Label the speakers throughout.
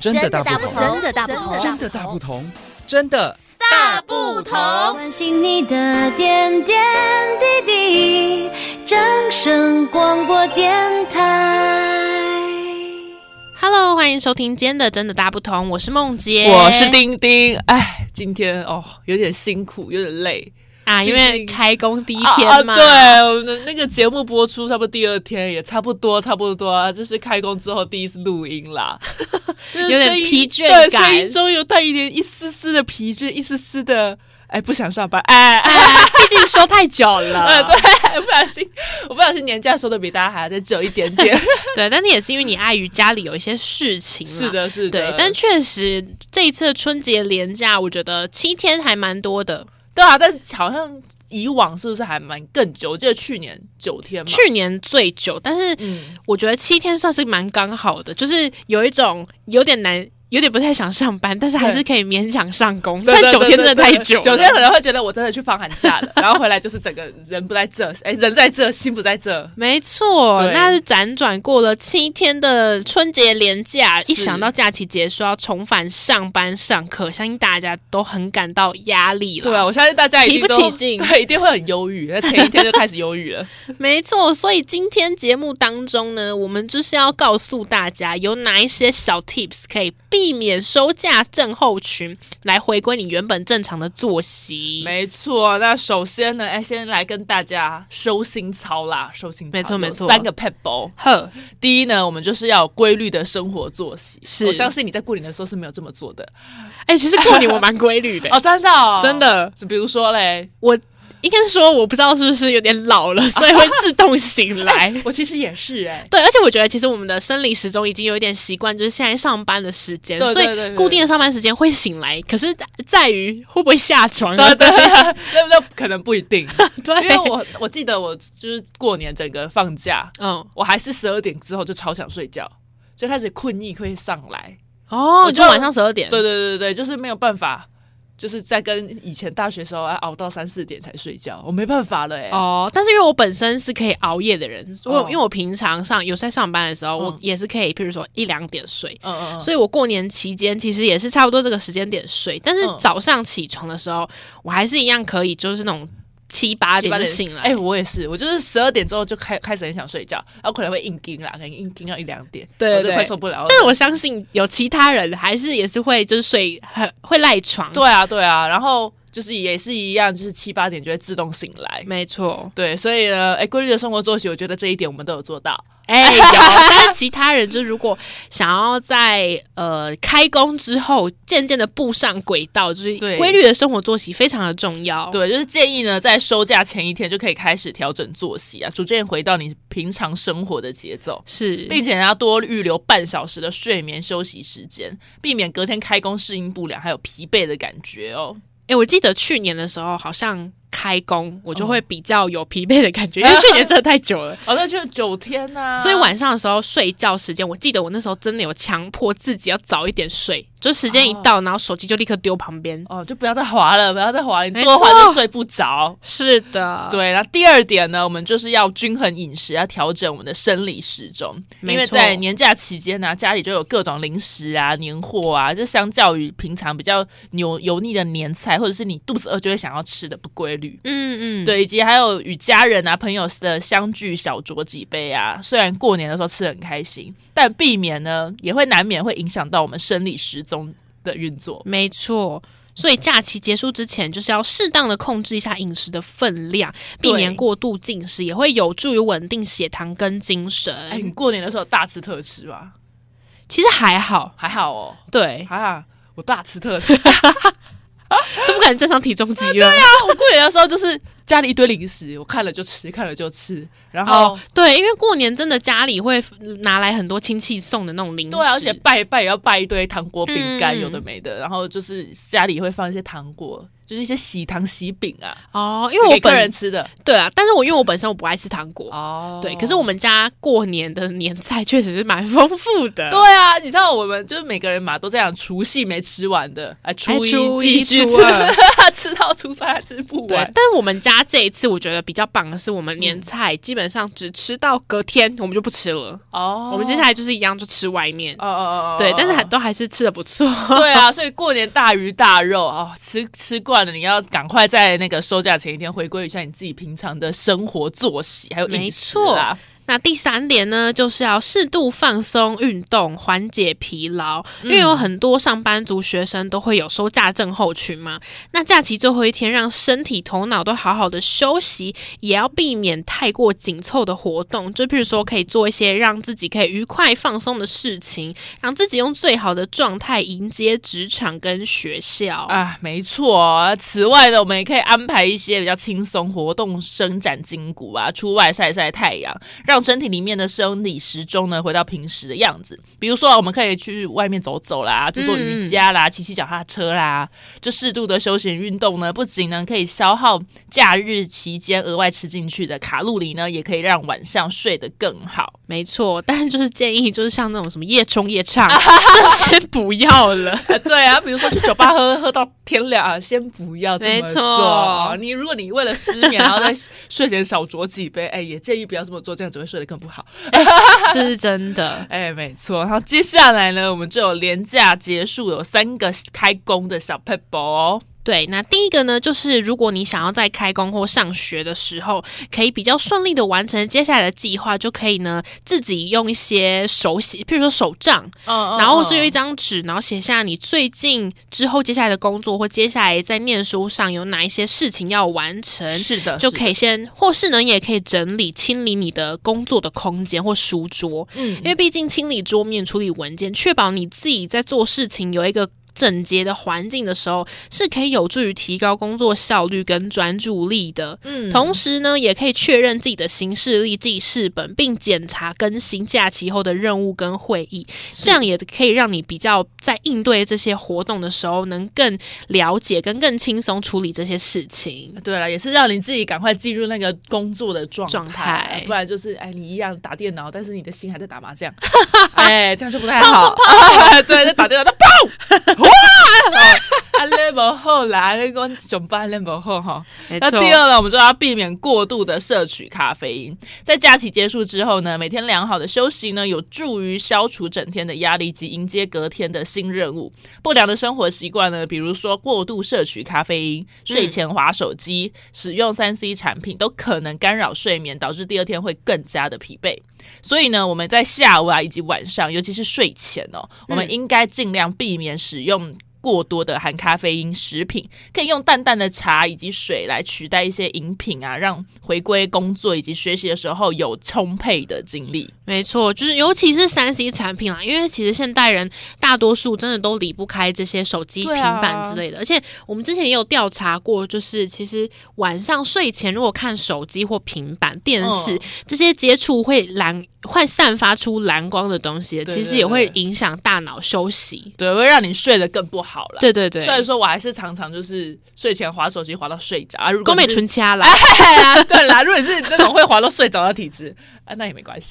Speaker 1: 真的大
Speaker 2: 大
Speaker 1: 不
Speaker 2: 不
Speaker 1: 同，
Speaker 2: 同，的大不
Speaker 3: 真
Speaker 1: 真的大不同，真的大不同。
Speaker 3: 关心你的点点滴滴，掌声广播电台。
Speaker 4: Hello，欢迎收听今天的《真的大不同》，我是梦洁，
Speaker 5: 我是丁丁，哎，今天哦有点辛苦，有点累。
Speaker 4: 啊，因为
Speaker 5: 丁丁
Speaker 4: 开工第一
Speaker 5: 啊啊
Speaker 4: 天嘛，哎
Speaker 5: 对，我们那个节目播出差不多第二天，也差不多，差不多啊，就是开工之后第一次录音啦，就是
Speaker 4: 有点
Speaker 5: 声音
Speaker 4: 疲倦
Speaker 5: 对，
Speaker 4: 感
Speaker 5: 声音中有带一点一丝丝的疲倦，一丝丝的。哎，不想上班，哎， 哎
Speaker 4: 啊毕竟休太久 了，
Speaker 5: 哎对，不小心，我不小心年假收的比大家还要再久一点点。
Speaker 4: 对，但是也是因为你碍于家里有一些事情，
Speaker 5: 是。的，是的，
Speaker 4: 对，但确实这一次春节连假，我觉得七天还蛮多的。
Speaker 5: 对啊，但是好像以往是不是还蛮更久？我记得去年九天嘛，
Speaker 4: 去年最久，但是
Speaker 5: 嗯，
Speaker 4: 我觉得七天算是蛮刚好的，就是有一种有点难，有点不太想上班，但是还是可以勉强上工。但九天真的太久了，
Speaker 5: 九天可能会觉得我真的去放寒假 了，然后回来就是整个人不在这，哎，人在这，心不在这。
Speaker 4: 没错，
Speaker 5: 对
Speaker 4: 那是辗转过了七天的春节连假，一想到假期结束要重返上班上课，相信大家都很感到压力了。
Speaker 5: 对啊，我相信大家一定都
Speaker 4: 提不起劲嗯
Speaker 5: 对，一定会很忧郁。那前一天就开始忧郁 了，
Speaker 4: 没错，所以今天节目当中呢，我们就是要告诉大家有哪一些小 tips 可以避免收假症候群，来回归你原本正常的作息。
Speaker 5: 没错。那首先呢，哎，先来跟大家收心操啦，收心操
Speaker 4: 没错
Speaker 5: 有
Speaker 4: 没错
Speaker 5: 三个 pebble。
Speaker 4: 呵，
Speaker 5: 第一呢，我们就是要有规律的生活作息。
Speaker 4: 是
Speaker 5: 我相信你在过年的时候是没有这么做的
Speaker 4: 哎、其实过年我蛮规律的、
Speaker 5: 哦，真的、哦，
Speaker 4: 真。的，
Speaker 5: 比如说嘞，
Speaker 4: 我应该说我不知道是不是有点 老了，所以会自动醒来。
Speaker 5: 我其实也是 哎、
Speaker 4: 对，而且我觉得其实我们的生理时钟已经有一点习惯，就是现在上班的时间，
Speaker 5: 对对对
Speaker 4: 所以
Speaker 5: 对
Speaker 4: 固定的上班时间会醒来，可是在在于会不会下床啊、
Speaker 5: 对对，那那可能不一定，
Speaker 4: 对
Speaker 5: 因为我我记得我就是过年整个放假，
Speaker 4: 嗯
Speaker 5: 我还是十二点之后就超想睡觉，就开始困意会上来。
Speaker 4: 哦，
Speaker 5: 我
Speaker 4: 你就
Speaker 5: 就
Speaker 4: 晚上十二点，
Speaker 5: 对对对对，就是没有办法，就是在跟以前大学时候要熬到三四点才睡觉，我没办法了哎、
Speaker 4: 哦，但是因为我本身是可以熬夜的人，我、
Speaker 5: 哦
Speaker 4: 因为我平常上有在上班的时候，我
Speaker 5: 嗯
Speaker 4: 也是可以，譬如说一两点睡。
Speaker 5: 嗯嗯嗯，
Speaker 4: 所以我过年期间其实也是差不多这个时间点睡，但是
Speaker 5: 嗯
Speaker 4: 早上起床的时候，我还是一样可以，就是那种七八
Speaker 5: 七
Speaker 4: 点
Speaker 5: 八
Speaker 4: 就
Speaker 5: 点
Speaker 4: 醒来。
Speaker 5: 哎、我也是，我就是十二点之后就开开始很想睡觉，然后可能会硬盯啦，可能硬盯到一两点，
Speaker 4: 对
Speaker 5: 我就
Speaker 4: 对
Speaker 5: 快受不了 了。
Speaker 4: 但是我相信有其他人还是也是会就是睡很会赖床，，
Speaker 5: 对啊对啊，然后就是也是一样，就是七八点就会自动醒来。
Speaker 4: 没错，
Speaker 5: 对，所以呢，哎，规律的生活作息，我觉得这一点我们都有做到。
Speaker 4: 哎、 有，但是其他人就如果想要在呃开工之后渐渐的步上轨道，就是
Speaker 5: 对
Speaker 4: 规律的生活作息非常的重要，，
Speaker 5: 对，就是建议呢，在收假前一天就可以开始调整作息啊，逐渐回到你平常生活的节奏，
Speaker 4: 是，
Speaker 5: 并且呢要多预留半小时的睡眠休息时间，避免隔天开工适应不良还有疲惫的感觉哦。
Speaker 4: 哎、我记得去年的时候好像开工我就会比较有疲惫的感觉，因为去年真的太久了。
Speaker 5: 哦，那就是九天啊呐、
Speaker 4: 所以晚上的时候睡觉时间，我记得我那时候真的有强迫自己要早一点睡，就时间一到，然后手机就立刻丢旁边。
Speaker 5: 哦就不要再滑了，不要再滑了，你
Speaker 4: 没
Speaker 5: 多滑就
Speaker 4: 错
Speaker 5: 睡不着。
Speaker 4: 是的，
Speaker 5: 对，然后第二点呢，我们就是要均衡饮食，要调整我们的生理时钟，
Speaker 4: 没
Speaker 5: 因为
Speaker 4: 错
Speaker 5: 在年假期间呢、家里就有各种零食啊、年货啊，就相较于平常比较油油腻的年菜，或者是你肚子饿就会想要吃的不规律。
Speaker 4: 嗯嗯，
Speaker 5: 对，以及还有与家人啊、朋友的相聚小酌几杯啊，虽然过年的时候吃的很开心，但避免呢也会难免会影响到我们生理时钟的运作。
Speaker 4: 没错。所以假期结束之前，就是要适当的控制一下饮食的分量，避
Speaker 5: 对
Speaker 4: 免过度进食，也会有助于稳定血糖跟精神。
Speaker 5: 哎，你过年的时候大吃特吃吧？
Speaker 4: 其实还好，
Speaker 5: 还好哦，
Speaker 4: 对，
Speaker 5: 还好，我大吃特吃。
Speaker 4: 都不敢站上体重机 了。
Speaker 5: 我过年的时候就是家里一堆零食，我看了就吃，看了就吃，然后、
Speaker 4: 哦，对，因为过年真的家里会拿来很多亲戚送的那种零食，
Speaker 5: 对啊，而且拜一拜也要拜一堆糖果、饼干，
Speaker 4: 嗯
Speaker 5: 有的没的，然后就是家里会放一些糖果，就是一些喜糖、喜饼啊，
Speaker 4: 哦，因为我
Speaker 5: 给客
Speaker 4: 本
Speaker 5: 人
Speaker 4: 人
Speaker 5: 吃的
Speaker 4: 对啊，但是我因为我本身我不爱吃糖果，
Speaker 5: 哦
Speaker 4: 对，可是我。们家过年的年菜确实是蛮丰富的，
Speaker 5: 对啊，你知道我们就是每个人嘛，都在讲除夕没吃完的，哎，初
Speaker 4: 初
Speaker 5: 继
Speaker 4: 一
Speaker 5: 续
Speaker 4: 初
Speaker 5: 吃
Speaker 4: 二，
Speaker 5: 吃到初三还吃不
Speaker 4: 对
Speaker 5: 完，。
Speaker 4: 但是我们家家这一次我觉得比较棒的是，我们年菜基本上只吃到隔天，我们就不吃了。
Speaker 5: 哦
Speaker 4: 我们接下来就是一样就吃外面，
Speaker 5: 哦哦哦，
Speaker 4: 对，但是还
Speaker 5: 很
Speaker 4: 都还是吃的不错。
Speaker 5: 对啊，所以过年大鱼大肉啊、哦，吃吃惯了，你要赶快在那个收假前一天回归一下你自己平常的生活作息，还有饮食啦。
Speaker 4: 那第三点呢，就是要适度放松运动，缓解疲劳。因为有很多上班族学生都会有收假症候群嘛。那假期最后一天，让身体、头脑都好好的休息，也要避免太过紧凑的活动。就譬如说，可以做一些让自己可以愉快放松的事情，让自己用最好的状态迎接职场跟学校。
Speaker 5: 啊，没错、哦。此外呢，我们也可以安排一些比较轻松活动，伸展筋骨啊，出外晒晒太阳，让身体里面的生理时钟呢回到平时的样子。比如说、啊，我们可以去外面走走啦，做做瑜伽啦，骑骑脚踏车啦，就适度的休闲运动呢，不仅呢可以消耗假日期间额外吃进去的卡路里呢，也可以让晚上睡得更好。
Speaker 4: 没错，但是就是建议，就是像那种什么夜冲夜 唱，就先不要了。
Speaker 5: 啊对啊，比如说去酒吧喝喝到天亮啊，先不要这么
Speaker 4: 没
Speaker 5: 做。啊
Speaker 4: 错
Speaker 5: 你如果你为了失眠，然后在睡前少酌几杯，哎，也建议不要这么做，这样只会睡得更不好。
Speaker 4: 这是真的。
Speaker 5: 哎，没错。然后接下来呢，我们就有连假结束，有三个开工的小 p e p 哦。
Speaker 4: 对，那第一个呢，就是如果你想要在开工或上学的时候，可以比较顺利的完成接下来的计划，就可以呢自己用一些手写，譬如说手账，
Speaker 5: 嗯
Speaker 4: 然后是用一张纸，然后写下你最近之后接下来的工作或接下来在念书上有哪一些事情要完成。
Speaker 5: 是啊的，
Speaker 4: 就可
Speaker 5: 以，
Speaker 4: 以先，或是呢，也可以整理清理你的工作的空间或书桌，
Speaker 5: 嗯
Speaker 4: 因为毕竟清理桌面、处理文件，确保你自己在做事情有一个整洁的环境的时候，是可以有助于提高工作效率跟专注力的。
Speaker 5: 嗯
Speaker 4: 同时呢，也可以确认自己的行事历、记事本，并检查更新假期后的任务跟会议，这样也可以让你比较在应对这些活动的时候，能更了解跟更轻松处理这些事情。
Speaker 5: 对了，也是让你自己赶快进入那个工作的状
Speaker 4: 状态
Speaker 5: 不然就是哎，你一样打电脑，但是你的心还在打麻 将，哎，这样就不太好。 对，在打电脑，他 砰，哇，啊，那不好啦，那个上班那不好哈。
Speaker 4: 没
Speaker 5: 那第二呢，我们就要避免过度的摄取咖啡因。在假期结束之后呢，每天良好的休息呢，有助于消除整天的压力及迎接隔天的新任务。不良的生活习惯呢，比如说过度摄取咖啡因、睡前划手机、使用三 C 产品，都可能干扰睡眠，导致第二天会更加的疲惫。所以呢，我们在下午啊以及晚上，尤其是睡前哦，我们应该尽量避免使用。过多的含咖啡因食品，可以用淡淡的茶以及水来取代一些饮品啊，让回归工作以及学习的时候有充沛的精力。
Speaker 4: 没错，就是尤其是三 C 产品啦，因为其实现代人大多数真的都离不开这些手机、
Speaker 5: 对
Speaker 4: 平
Speaker 5: 啊
Speaker 4: 板之类的。而且我们之前也有调查过，就是其实晚上睡前如果看手机或平板、电视、
Speaker 5: 嗯
Speaker 4: 这些接触会蓝会散发出蓝光的东西，
Speaker 5: 对
Speaker 4: 其实
Speaker 5: 对
Speaker 4: 也会
Speaker 5: 对
Speaker 4: 影响大脑休息。
Speaker 5: 对，会让你睡得更不好了。
Speaker 4: 对对对
Speaker 5: 虽，然说我还是常常就是睡前划手机划到睡着啊，如果
Speaker 4: 宫美
Speaker 5: 你是
Speaker 4: 纯掐啦，
Speaker 5: 对啦，如果你是那种会划到睡着的体质啊，那也没关系。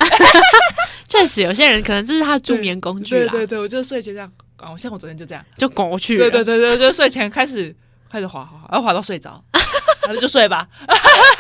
Speaker 4: 确实有些人可能这是他的助眠工具
Speaker 5: 对
Speaker 4: 啦，
Speaker 5: 对对，我就睡前这样啊，我像我昨天就这样。
Speaker 4: 就狗去了。
Speaker 5: 对对对对，就睡前开始开始滑滑滑，然后滑到睡着，然后就睡吧，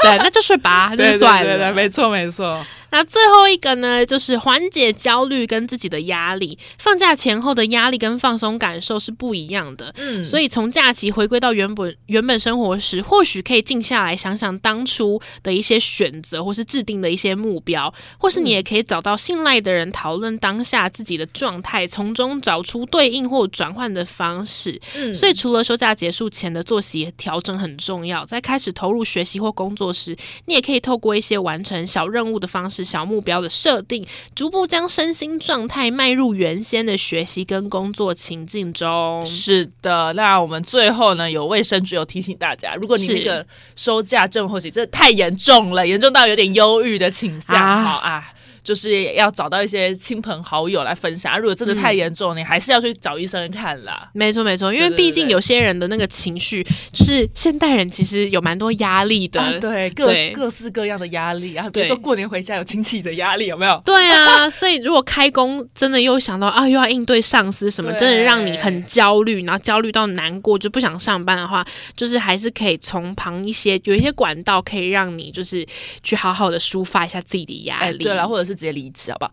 Speaker 4: 对那就睡吧，那就算了。
Speaker 5: 对对对对，没错没错，
Speaker 4: 那最后一个呢，就是缓解焦虑跟自己的压力。放假前后的压力跟放松感受是不一样的，
Speaker 5: 嗯
Speaker 4: 所以从假期回归到原本原本生活时，或许可以静下来想想当初的一些选择，或是制定的一些目标，或是你也可以找到信赖的人讨论当下自己的状态，从中找出对应或转换的方式。
Speaker 5: 嗯
Speaker 4: 所以除了休假结束前的作息调整很重要，在开始投入学习或工作时，你也可以透过一些完成小任务的方式、小目标的设定，逐步将身心状态迈入原先的学习跟工作情境中。
Speaker 5: 是的，那我们最后呢，有卫生局有提醒大家，如果你
Speaker 4: 是
Speaker 5: 那个收假症候群真的太严重了，严重到有点忧郁的倾向，
Speaker 4: 啊
Speaker 5: 好啊。就是要找到一些亲朋好友来分享。如果真的太严重，你还是要去找医生看啦。
Speaker 4: 没错没错，因为
Speaker 5: 对对
Speaker 4: 毕竟
Speaker 5: 对
Speaker 4: 有些人的那个情绪，就是现代人其实有蛮多压力的。
Speaker 5: 啊，对，各
Speaker 4: 对
Speaker 5: 各式各样的压力啊，比
Speaker 4: 对
Speaker 5: 如说过年回家有亲戚的压力，有没有？
Speaker 4: 对啊，所以如果开工真的又想到啊，又要应对上司什么，
Speaker 5: 对
Speaker 4: 真的让你很焦虑，然后焦虑到难过就不想上班的话，就是还是可以从旁一些有一些管道可以让你就是去好好的抒发一下自己的压
Speaker 5: 哎，
Speaker 4: 力。
Speaker 5: 对了，或者是直接离职，好不好？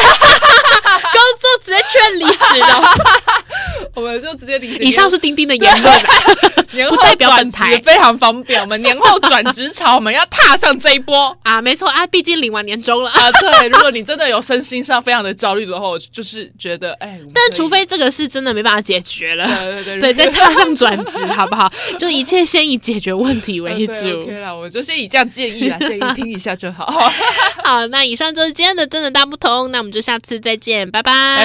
Speaker 4: 工作直接劝离职的，
Speaker 5: 我们就直接离职。
Speaker 4: 以上是丁丁的言论。
Speaker 5: 年
Speaker 4: 不
Speaker 5: 后
Speaker 4: 代表
Speaker 5: 转
Speaker 4: 本
Speaker 5: 职
Speaker 4: 台
Speaker 5: 非常方便，我们年后转职潮，我们要踏上这一波。
Speaker 4: 啊，没错啊，毕竟领完年终了。
Speaker 5: 啊，对，如果你真的有身心上非常的焦虑的话，我就是觉得，哎，我们
Speaker 4: 但
Speaker 5: 可以
Speaker 4: 除非这个是真的没办法解决了，
Speaker 5: 对对对
Speaker 4: 对，再踏上转职，好不好？就一切先以解决问题为
Speaker 5: 啊 对
Speaker 4: 主。
Speaker 5: ，OK 啦，我就先以这样建议啦，建议听一下就 好，
Speaker 4: 好，那以上就是今天的真的大不同，那我们就下次再见，拜
Speaker 5: 拜。
Speaker 4: 拜，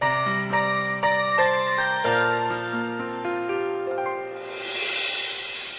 Speaker 5: 拜。